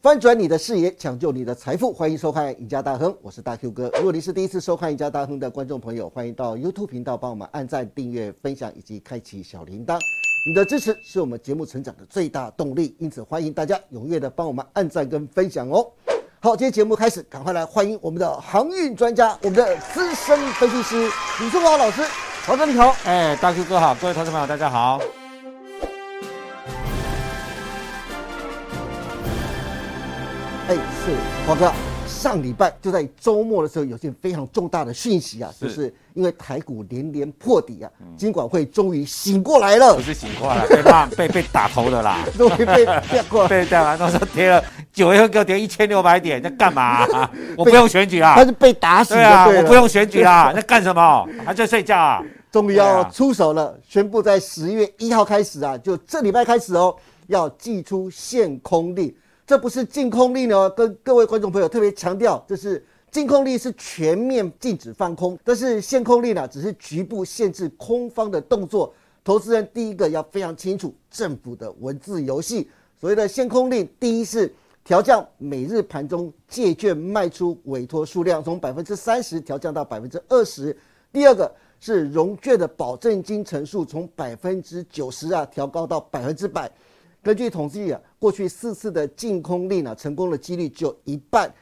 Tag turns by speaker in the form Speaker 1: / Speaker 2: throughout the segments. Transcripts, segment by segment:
Speaker 1: 翻转你的视野，抢救你的财富，欢迎收看《赢家大亨》，我是大 Q 哥。如果您是第一次收看《赢家大亨》的观众朋友，欢迎到 YouTube 频道帮我们按赞、订阅、分享以及开启小铃铛。你的支持是我们节目成长的最大动力，因此欢迎大家踊跃的帮我们按赞跟分享哦。好，今天节目开始，赶快来欢迎我们的航运专家，我们的资深分析师李春华老师。华哥你好，
Speaker 2: 哎，大 Q 哥好，各位投资朋友大家好。
Speaker 1: 哎，是华哥，上礼拜就在周末的时候，有件非常重大的讯息啊，
Speaker 2: 是
Speaker 1: 就是因为台股连连破底啊，金管会终于醒过来了
Speaker 2: 不，是醒 过来，被骂被被打头的啦，
Speaker 1: 终 于被骗过来，
Speaker 2: 被打完那时候跌了啊九月份给我跌一千六百点，那干 嘛、我不用选举啊
Speaker 1: 他，是被打死的，
Speaker 2: 对啊，
Speaker 1: 对
Speaker 2: 我
Speaker 1: 了
Speaker 2: 不用选举啦，那干什么？还在睡觉啊？
Speaker 1: 终于
Speaker 2: 对
Speaker 1: 要
Speaker 2: 啊
Speaker 1: 出手了，宣布在十月一号开始啊，就这礼拜开始哦，要祭出限空令。这不是禁空令哦，跟各位观众朋友特别强调，这是禁空令是全面禁止放空，但是限空令呢、只是局部限制空方的动作。投资人第一个要非常清楚政府的文字游戏，所谓的限空令，第一是调降每日盘中借券卖出委托数量，从百分之三十调降到百分之二十。第二个是融券的保证金乘数从百分之九十啊调高到百分之百。根据统计啊，过去四次的净空令啊，成功的几率只有一半。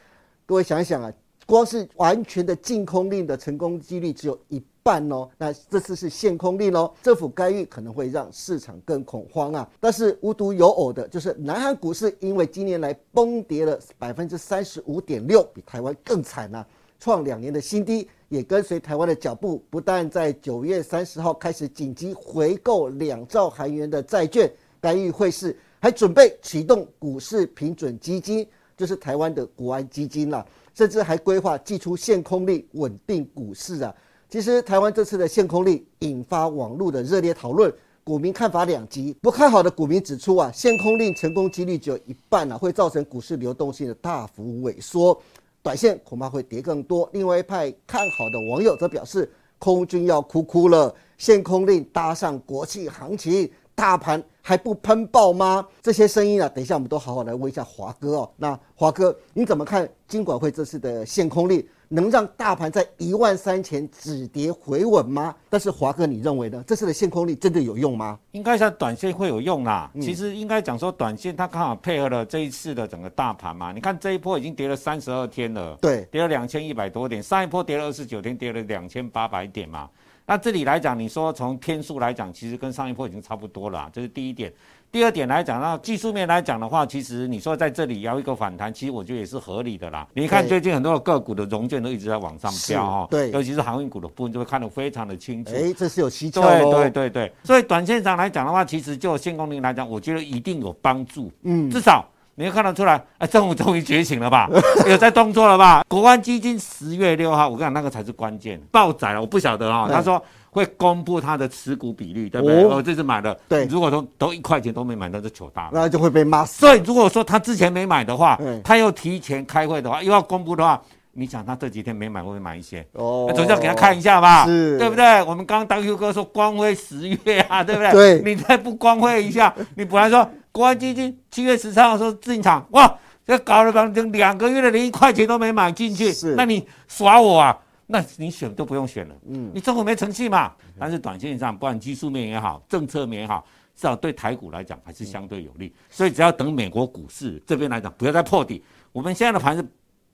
Speaker 1: 各位想一想啊，光是完全的净空令的成功几率只有一半哦。那这次是限空令哦，政府干预可能会让市场更恐慌啊。但是无独有偶的，就是南韩股市因为今年来崩跌了百分之三十五点六，比台湾更惨啊，创两年的新低。也跟随台湾的脚步，不但在九月三十号开始紧急回购两兆韩元的债券，干预汇市，还准备启动股市平准基金，就是台湾的国安基金啦、甚至还规划祭出限空令稳定股市啊。其实台湾这次的限空令引发网络的热烈讨论，股民看法两极。不看好的股民指出啊，限空令成功几率只有一半啊，会造成股市流动性的大幅萎缩。短线恐怕会跌更多。另外一派看好的网友则表示，空军要哭哭了，限空令搭上国际行情，大盘还不喷爆吗？这些声音啊，等一下我们都好好来问一下华哥哦。那华哥，你怎么看金管会这次的限空令能让大盘在一万三前止跌回稳吗？但是华哥，你认为呢？这次的限空令真的有用吗？
Speaker 2: 应该像短线会有用啦。其实应该讲说，短线它刚好配合了这一次的整个大盘嘛。你看这一波已经跌了三十二天了，
Speaker 1: 对，
Speaker 2: 跌了两千一百多点，上一波跌了二十九天，跌了两千八百点嘛。那这里来讲，你说从天数来讲，其实跟上一波已经差不多了啊，这是第一点。第二点来讲，那技术面来讲的话，其实你说在这里要一个反弹，其实我觉得也是合理的啦。你看
Speaker 1: 对
Speaker 2: 最近很多的个股的融券都一直在往上飙哦，
Speaker 1: 是对
Speaker 2: 尤其是航运股的部分就会看得非常的清楚。
Speaker 1: 哎，这是有蹊跷
Speaker 2: 对
Speaker 1: 喽。
Speaker 2: 对对对，所以短线上来讲的话，其实就限供令来讲，我觉得一定有帮助。
Speaker 1: 嗯，
Speaker 2: 至少你会看得出来，啊，政府终于觉醒 了吧，有在动作了吧？国安基金十月六号，我跟你讲，那个才是关键，爆载了，我不晓得啊、哦，
Speaker 1: 嗯
Speaker 2: 他说。会公布他的持股比率，对不对？
Speaker 1: 哦
Speaker 2: 我、这次买了，
Speaker 1: 对
Speaker 2: 如果都都一块钱都没买，那就糗大了。
Speaker 1: 那就会被骂死。
Speaker 2: 所以如果说他之前没买的话
Speaker 1: 嗯，
Speaker 2: 他又提前开会的话，又要公布的话，你想他这几天没买会不会买一些？
Speaker 1: 哦
Speaker 2: 那哎总是要给他看一下吧，
Speaker 1: 是
Speaker 2: 对不对？我们刚刚当 Q 哥说光辉十月啊，对不对？
Speaker 1: 对
Speaker 2: 你再不光辉一下， 你本来说国安基金七月十三号说进场，哇，这搞了两两个月了，连一块钱都没买进去
Speaker 1: 是，
Speaker 2: 那你耍我啊？那你选都不用选了，
Speaker 1: 嗯
Speaker 2: 嗯，你政府没诚信嘛。但是短线上，不管技术面也好，政策面也好，至少对台股来讲还是相对有利。所以只要等美国股市这边来讲，不要再破底。我们现在的盘是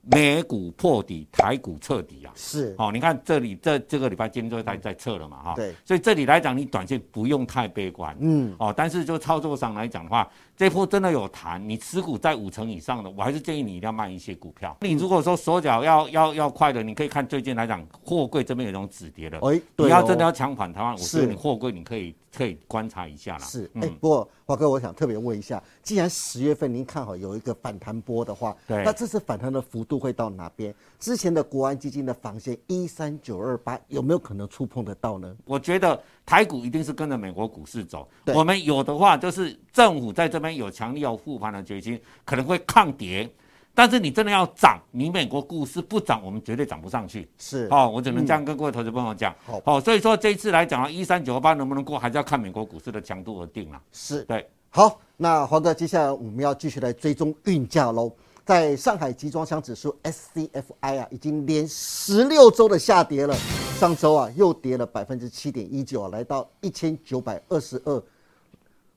Speaker 2: 美股破底，台股彻底啊。
Speaker 1: 是，
Speaker 2: 好、你看这里这这个礼拜今天就在在测了嘛，哈、
Speaker 1: 嗯对，
Speaker 2: 所以这里来讲，你短线不用太悲观，
Speaker 1: 嗯，
Speaker 2: 哦，但是就操作上来讲的话，这波真的有弹，你持股在五成以上的，我还是建议你一定要卖一些股票。
Speaker 1: 嗯
Speaker 2: 你如果说手脚要要要快的，你可以看最近来讲，货柜这边有种止跌的，
Speaker 1: 哎，对
Speaker 2: 你要
Speaker 1: 哦
Speaker 2: 真的要抢反台湾，我觉
Speaker 1: 是
Speaker 2: 得你货柜你可以可以观察一下啦。
Speaker 1: 是，哎、
Speaker 2: 嗯，
Speaker 1: 不过华哥，我想特别问一下，既然十月份您看好有一个反弹波的话，
Speaker 2: 对
Speaker 1: 那这次反弹的幅度会到哪边？之前的国安基金的防线一三九二八有没有可能触碰得到呢？
Speaker 2: 我觉得台股一定是跟着美国股市走
Speaker 1: 对。
Speaker 2: 我们有的话就是政府在这边有强力要护盘的决心，可能会抗跌。但是你真的要涨，你美国股市不涨，我们绝对涨不上去。
Speaker 1: 是，
Speaker 2: 哦，我只能这样跟各位投资朋友讲。
Speaker 1: 嗯好
Speaker 2: 哦，所以说这一次来讲啊，一三九八能不能过，还是要看美国股市的强度而定啦、
Speaker 1: 是，
Speaker 2: 对，
Speaker 1: 好，那华哥，接下来我们要继续来追踪运价喽。在上海集装箱指数 SCFI 啊，已经连十六周的下跌了。上周啊，又跌了百分之七点一九，来到一千九百二十二，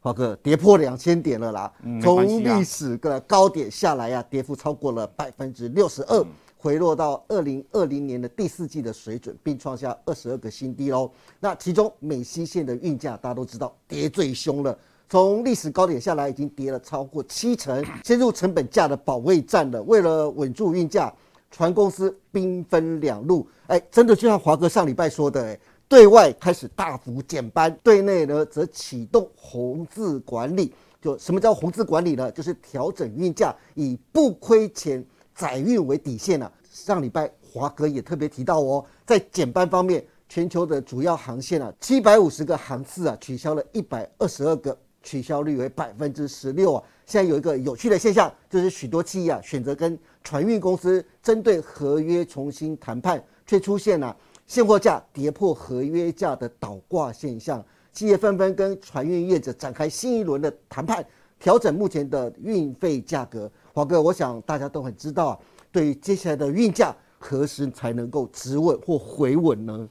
Speaker 1: 华哥跌破两千点了啦。
Speaker 2: 嗯没关系
Speaker 1: 从
Speaker 2: 啊
Speaker 1: 历史的高点下来啊，跌幅超过了百分之六十
Speaker 2: 嗯
Speaker 1: 二，回落到二零二零年的第四季的水准，并创下二十二个新低喽。那其中美西线的运价大家都知道跌最凶了。从历史高点下来，已经跌了超过七成，陷入成本价的保卫战了。为了稳住运价，船公司兵分两路，哎，真的就像华哥上礼拜说的，哎，对外开始大幅减班，对内呢则启动红字管理。就什么叫红字管理呢？就是调整运价，以不亏钱载运为底线啊。上礼拜华哥也特别提到哦，在减班方面，全球的主要航线啊，七百五十个航次啊，取消了一百二十二个，取消率为百分之十六啊。现在有一个有趣的现象，就是许多企业啊选择跟船运公司针对合约重新谈判，却出现了、现货价跌破合约价的倒挂现象。企业纷纷跟船运业者展开新一轮的谈判，调整目前的运费价格。华哥，我想大家都很知道啊，对于接下来的运价何时才能够止稳或回稳呢？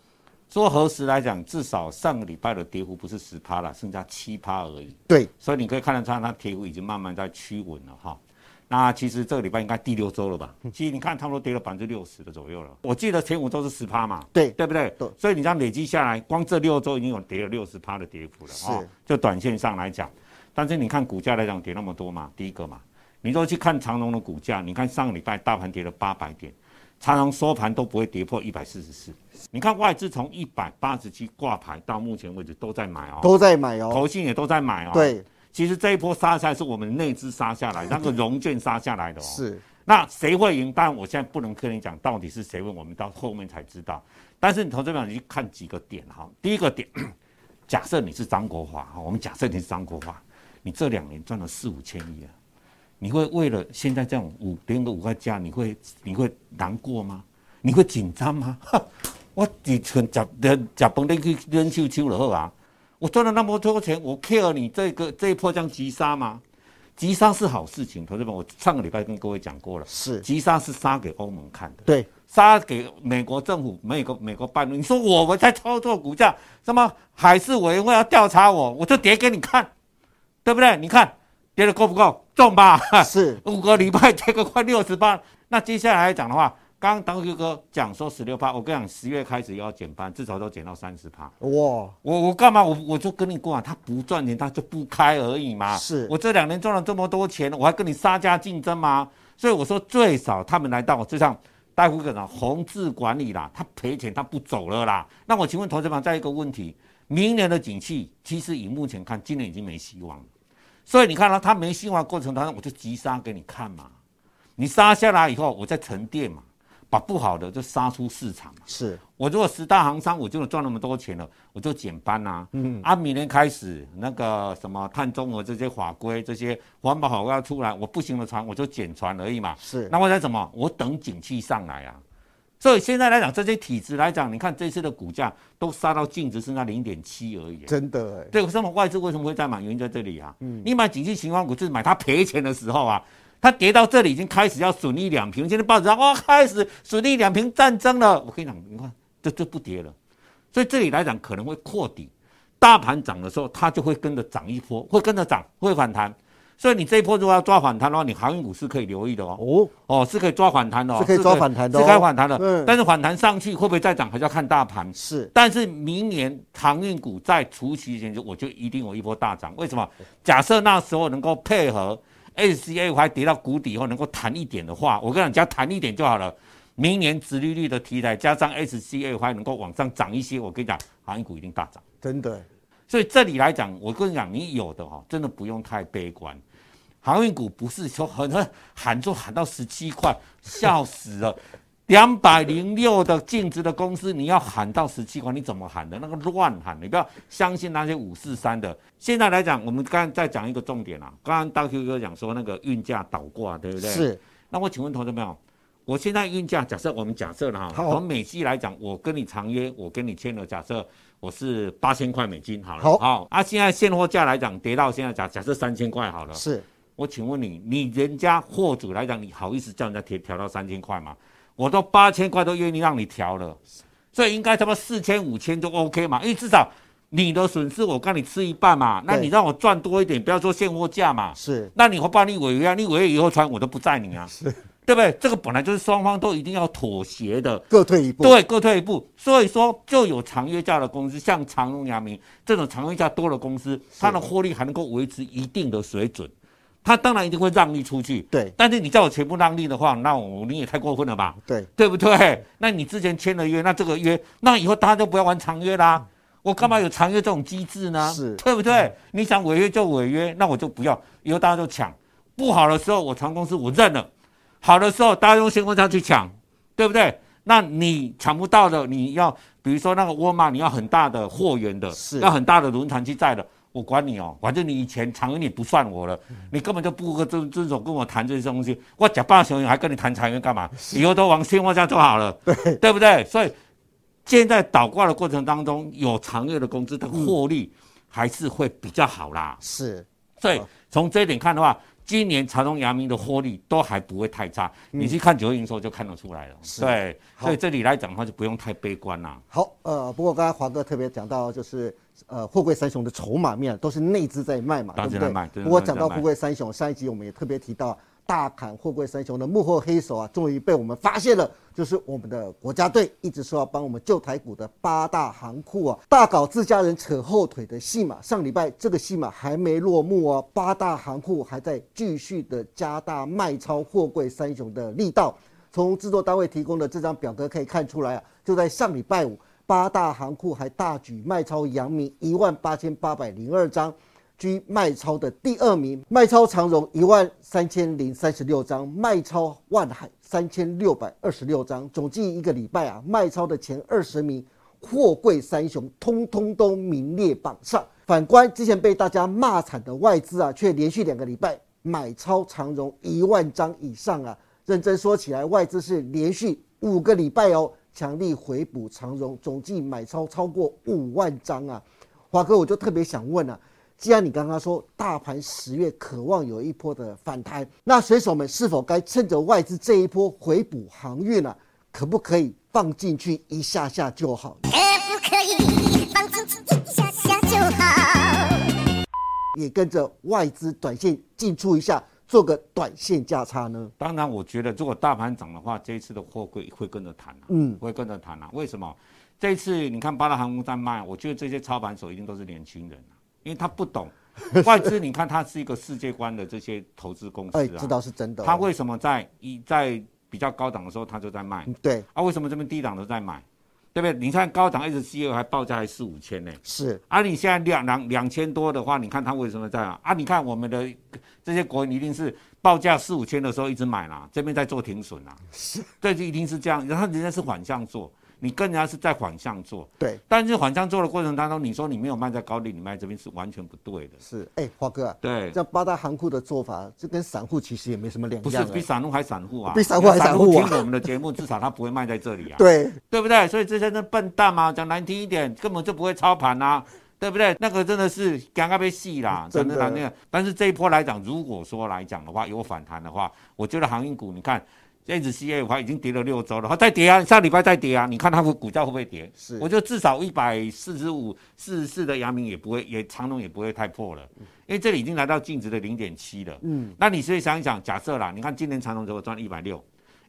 Speaker 2: 说何时来讲，至少上个礼拜的跌幅不是十趴了，剩下七趴而已。
Speaker 1: 对，
Speaker 2: 所以你可以看得出来，它跌幅已经慢慢在趋稳了哈。那其实这个礼拜应该第六周了吧？
Speaker 1: 嗯
Speaker 2: 其实你看，差不多跌了百分之六十的左右了。我记得前五周是十趴嘛，
Speaker 1: 对
Speaker 2: 对不对？
Speaker 1: 对
Speaker 2: 所以你这样累积下来，光这六周已经有跌了六十趴的跌幅了哈
Speaker 1: 是。
Speaker 2: 就短线上来讲，但是你看股价来讲跌那么多嘛，第一个嘛，你都去看长隆的股价，你看上个礼拜大盘跌了八百点，长隆收盘都不会跌破一百四十四。你看外资从一百八十七挂牌到目前为止都在买哦，
Speaker 1: 都在买哦。
Speaker 2: 投信也都在买哦。。
Speaker 1: 对，
Speaker 2: 其实这一波杀下来是我们内资杀下来，那个融券杀下来的哦。。
Speaker 1: 是
Speaker 2: 那谁会赢？当然，我现在不能跟你讲到底是谁会，我们到后面才知道。但是你投资表你去看几个点哈。第一个点， 假设你是张国华哈，我们假设你是张国华，你这两年赚了四五千亿啊，你会为了现在这种五连个五块加，你会你会难过吗？你会紧张吗？我只存假假崩扔去扔去秋了后啊，我赚了那么多钱，我 care 你这个这一波这样急杀吗？急杀是好事情，同志们，我上个礼拜跟各位讲过了，
Speaker 1: 是，
Speaker 2: 急杀是杀给欧盟看的，
Speaker 1: 对，
Speaker 2: 杀给美国政府、美国美国半路。你说我们在操作股价，什么海事委员会要调查我，我就跌给你看，对不对？你看跌的够不够重吧？
Speaker 1: 是
Speaker 2: 五个礼拜跌个快六十八。那接下来来讲的话，刚刚当 Q 哥讲说十六趴，我跟你讲，十月开始又要减班，至少都减到三十趴。
Speaker 1: 哇，
Speaker 2: 我我干嘛？我我就跟你讲啊，他不赚钱，他就不开而已嘛。
Speaker 1: 是
Speaker 2: 我这两年赚了这么多钱，我还跟你杀价竞争吗？所以我说，最少他们来到我这上，大夫讲红字管理啦，他赔钱他不走了啦。那我请问投资方再一个问题，明年的景气，其实以目前看，今年已经没希望了。所以你看到、他没希望的过程当中，我就急杀给你看嘛。你杀下来以后，我再沉淀嘛，把不好的就杀出市场嘛。
Speaker 1: 是
Speaker 2: 我如果十大行商，我就赚那么多钱了，我就减班呐、啊。嗯，啊，明年开始那个什么碳中和这些法规、这些环保法规要出来，我不行的船我就减船而已嘛。
Speaker 1: 是
Speaker 2: 那我在什么？我等景气上来啊。所以现在来讲，这些体质来讲，你看这次的股价都杀到净值剩下零点七而已。啊
Speaker 1: 真的哎，
Speaker 2: 对，为什么外资为什么会再买？原因在这里啊。
Speaker 1: 嗯
Speaker 2: 你买景气循环股就是买它赔钱的时候啊，它跌到这里已经开始要损利两平。今天报纸上哇，开始损利两平战争了。我跟你讲，你看这这不跌了，所以这里来讲可能会扩底。大盘涨的时候，它就会跟着涨一波，会跟着涨，会反弹。所以你这一波如果要抓反弹的话，你航运股是可以留意的哦。
Speaker 1: 哦，
Speaker 2: 哦，是可以抓反弹的、哦，
Speaker 1: 是可以抓反弹的哦
Speaker 2: 是可以反弹的。
Speaker 1: 嗯
Speaker 2: 但是反弹上去会不会再涨，还是要看大盘。
Speaker 1: 是
Speaker 2: 但是明年航运股在除夕前就我就一定有一波大涨，为什么？假设那时候能够配合 SCA 还跌到谷底以后能够弹一点的话，我跟你讲，只要弹一点就好了。明年殖利率的题材加上 SCA 还能够往上涨一些，我跟你讲，航运股一定大涨。
Speaker 1: 真的哎，
Speaker 2: 所以这里来讲，我跟你讲，你有的哈、真的不用太悲观。航运股不是说很多喊就喊到十七块，笑死了。 两百零六的净值的公司，你要喊到十七块，你怎么喊的？那个乱喊，你不要相信那些五四三的。现在来讲，我们刚刚再讲一个重点啊，刚刚大 Q 哥讲说那个运价倒挂，对不对？。
Speaker 1: 是
Speaker 2: 那我请问同志们哦，我现在运价，假设我们假设了哈，
Speaker 1: 好
Speaker 2: 从美西来讲，我跟你长约，我跟你签了，假设我是八千块美金好了，
Speaker 1: 好
Speaker 2: 啊，现在现货价来讲跌到现在假假设三千块好了，
Speaker 1: 是
Speaker 2: 我请问你，你人家货主来讲，你好意思叫人家调调到三千块吗？我都八千块都愿意让你调了，所以应该差不多四千五千就 OK 嘛，因为至少你的损失我跟你吃一半嘛，那
Speaker 1: 对
Speaker 2: 你让我赚多一点，不要说现货价嘛。
Speaker 1: 是
Speaker 2: 那你会把你违约啊？你违约以后穿我都不载你啊，对不对？这个本来就是双方都一定要妥协的，
Speaker 1: 各退一步。，
Speaker 2: 对，各退一步。所以说，就有长约价的公司，像长荣、阳明这种长约价多的公司，它的获利还能够维持一定的水准，它当然一定会让利出去。
Speaker 1: 对
Speaker 2: 但是你叫我全部让利的话，那我你也太过分了吧？
Speaker 1: 对
Speaker 2: 对不对？那你之前签了约，那这个约，那以后大家就不要玩长约啦。我干嘛有长约这种机制呢？
Speaker 1: 是
Speaker 2: 对不对？你想违约就违约，那我就不要，以后大家就抢。不好的时候我长公司我认了，好的时候大家用新公价去抢，对不对？那你抢不到的，你要比如说那个沃尔玛，你要很大的货源的，
Speaker 1: 是
Speaker 2: 要很大的轮船去载的，我管你哦，反正你以前长约你不算我了，你根本就不遵遵守跟我谈这些东西，我假扮熊还跟你谈长约干嘛？以后都往新货价就好了，对对不对？所以现在倒挂的过程当中，有长约的公司的获利还是会比较好啦。
Speaker 1: 是
Speaker 2: 所以
Speaker 1: 好
Speaker 2: 从这一点看的话，今年长隆、阳明的获利都还不会太差。你去看九月营收就看得出来了。
Speaker 1: 嗯是
Speaker 2: 对，
Speaker 1: 好
Speaker 2: 所以这里来讲的话，就不用太悲观啦。
Speaker 1: 好。呃，不过刚才华哥特别讲到，就是呃，货柜三雄的筹码面都是内资在卖嘛，
Speaker 2: 当
Speaker 1: 对不对
Speaker 2: 然在卖对？
Speaker 1: 不过
Speaker 2: 当
Speaker 1: 讲
Speaker 2: 然在
Speaker 1: 到
Speaker 2: 卖
Speaker 1: 货柜三雄，上一集我们也特别提到，大砍货柜三雄的幕后黑手啊，终于被我们发现了。就是我们的国家队一直说要帮我们救台股的八大行库啊，大搞自家人扯后腿的戏码。上礼拜这个戏码还没落幕哦，八大行库还在继续的加大卖超货柜三雄的力道。从制作单位提供的这张表格可以看出来啊，就在上礼拜五，八大行库还大举卖超阳明一万八千八百零二张，居卖超的第二名，卖超长荣一万三千零三十六张，卖超万海三千六百二十六张，总计一个礼拜啊，卖超的前二十名，货柜三雄通通都名列榜上。反观之前被大家骂惨的外资啊，却连续两个礼拜买超长荣一万张以上啊。认真说起来，外资是连续五个礼拜哦，强力回补长荣，总计买超超过五万张啊。华哥，我就特别想问啊，既然你刚刚说大盘十月渴望有一波的反弹，那水手们是否该趁着外资这一波回补航运呢、啊？可不可以放进去一下下就好？
Speaker 3: 可不可以放进去一下下就好？
Speaker 1: 也跟着外资短线进出一下，做个短线价差呢？
Speaker 2: 当然，我觉得如果大盘涨的话，这一次的货柜会跟着谈啊，
Speaker 1: 嗯
Speaker 2: 会跟着谈啊。为什么？这一次你看八大航空在卖，我觉得这些操盘手一定都是年轻人、啊、因为他 不懂外资。你看，它是一个世界观的这些投资公司
Speaker 1: 哎，
Speaker 2: 啊，
Speaker 1: 这倒是真的哦。
Speaker 2: 他为什么在一在比较高档的时候他就在卖
Speaker 1: 嗯？对，
Speaker 2: 啊，为什么这边低档都在买？对不对？你看高档 S C 二还报价还四五千呢，
Speaker 1: 是
Speaker 2: 啊，你现在两两两千多的话，你看它为什么在啊？啊，你看我们的这些国人一定是报价四五千的时候一直买啦，这边在做停损啦，
Speaker 1: 是，
Speaker 2: 对，就一定是这样。然后人家是反向做，你跟人家是在反向做，
Speaker 1: 对，
Speaker 2: 但是反向做的过程当中，你说你没有卖在高点，你卖这边是完全不对的。
Speaker 1: 是。哎，华哥、啊，
Speaker 2: 对，
Speaker 1: 这八大行库的做法，这跟散户其实也没什么两
Speaker 2: 不是
Speaker 1: 样、
Speaker 2: 比
Speaker 1: 哎
Speaker 2: 散户还散户啊，
Speaker 1: 比散户还散户啊
Speaker 2: 听我们的节目，至少他不会卖在这里啊，
Speaker 1: 对，
Speaker 2: 对不对？所以这些人笨蛋嘛，讲难听一点，根本就不会操盘啊，对不对？那个真的是尴尬被戏啦，
Speaker 1: 嗯真的
Speaker 2: 难听。但是这一波来讲，如果说来讲的话，有反弹的话，我觉得航运股，你看。这只 C A 的话已经跌了六周了，它再跌啊，下礼拜再跌啊，你看它会股价会不会跌？
Speaker 1: 是
Speaker 2: 我觉得至少一百四十五、四十四的阳明也不会，也长隆也不会太破了，因为这里已经来到净值的零点七了。
Speaker 1: 嗯，
Speaker 2: 那你所以想一想，假设啦，你看今年长隆如果赚一百六，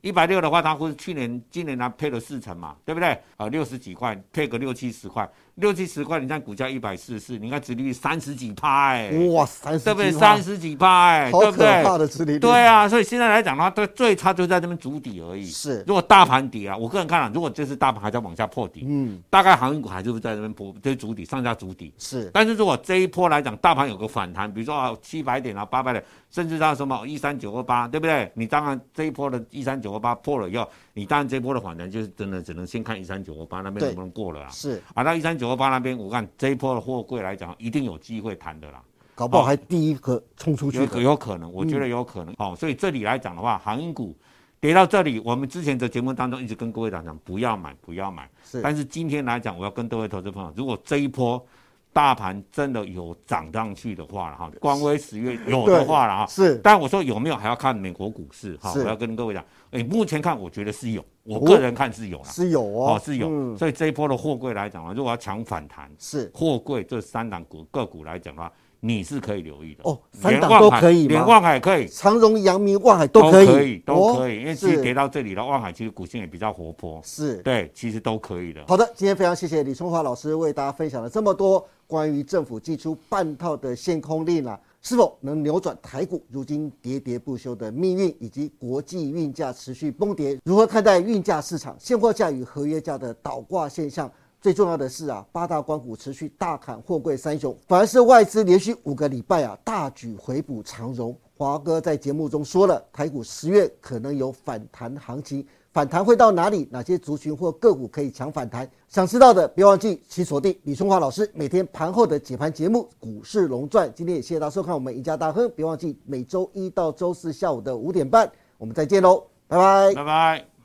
Speaker 2: 一百六的话，它会去年今年它配了四成嘛，对不对？啊，六十几块配个六七十块，六七十块，你看股价一百四十四，你看殖利率三十几趴哎、
Speaker 1: 哇，三十
Speaker 2: 对不对？三十几趴哎、
Speaker 1: 好
Speaker 2: 对不
Speaker 1: 可
Speaker 2: 对？
Speaker 1: 怕的智力率。
Speaker 2: 对，啊，所以现在来讲的话，它最差就在这边筑底而已。
Speaker 1: 是
Speaker 2: 如果大盘底啊，我个人看了、如果这次大盘还在往下破底，
Speaker 1: 嗯，
Speaker 2: 大概航运股还是会在这边破，就是筑底上下筑底。
Speaker 1: 是
Speaker 2: 但是如果这一波来讲，大盘有个反弹，比如说啊七百点啊八百点，甚至到什么一三九二八，对不对？你当然这一波的一三九二八破了以后，你当然这一波的反弹就是真的只能先看一三九二八那边
Speaker 1: 对
Speaker 2: 能不能过了啊。
Speaker 1: 是，
Speaker 2: 啊，那一三九二八那边，我看这一波的货柜来讲，一定有机会谈的啦。
Speaker 1: 搞不好
Speaker 2: 哦
Speaker 1: 还第一个冲出去
Speaker 2: 有可
Speaker 1: 的。
Speaker 2: 有可能，我觉得有可能。好、所以这里来讲的话，航运股跌到这里，我们之前的节目当中一直跟各位讲讲，不要买，不要买。
Speaker 1: 是
Speaker 2: 但是今天来讲，我要跟各位投资朋友，如果这一波大盘真的有涨上去的话了哈，光辉十月有的
Speaker 1: 对
Speaker 2: 话了哈，
Speaker 1: 是
Speaker 2: 但我说有没有还要看美国股市哈，
Speaker 1: 是
Speaker 2: 我要跟各位讲，哎，目前看我觉得是有，我
Speaker 1: 哦
Speaker 2: 个人看是有啦，
Speaker 1: 是有哦，
Speaker 2: 哦是有，
Speaker 1: 嗯
Speaker 2: 所以这一波的货柜来讲啊，如果要强反弹，
Speaker 1: 是
Speaker 2: 货柜这三档股个股来讲的话，你是可以留意的
Speaker 1: 哦三档
Speaker 2: 连望
Speaker 1: 都
Speaker 2: 海
Speaker 1: 可以吗
Speaker 2: 连望海可以。
Speaker 1: 长荣、阳明、万海都可以，哦
Speaker 2: 都可以，因为其实
Speaker 1: 是
Speaker 2: 跌到这里了，望海其实股性也比较活泼，
Speaker 1: 是
Speaker 2: 对，其实都可以的。
Speaker 1: 好的，今天非常谢谢李春华老师为大家分享了这么多关于政府寄出半套的限空令啊，是否能扭转台股如今喋喋不休的命运，以及国际运价持续崩跌，如何看待运价市场、现货价与合约价的倒挂现象？最重要的是啊，八大关股持续大砍货柜三雄，反而是外资连续五个礼拜啊大举回补长荣。华哥在节目中说了，台股十月可能有反弹行情，反弹会到哪里？哪些族群或个股可以抢反弹？想知道的，别忘记请锁定李春华老师每天盘后的解盘节目《股市龙传》。今天也谢谢大家收看我们赢家大亨，别忘记每周一到周四下午的五点半，我们再见喽，拜拜
Speaker 2: 拜拜。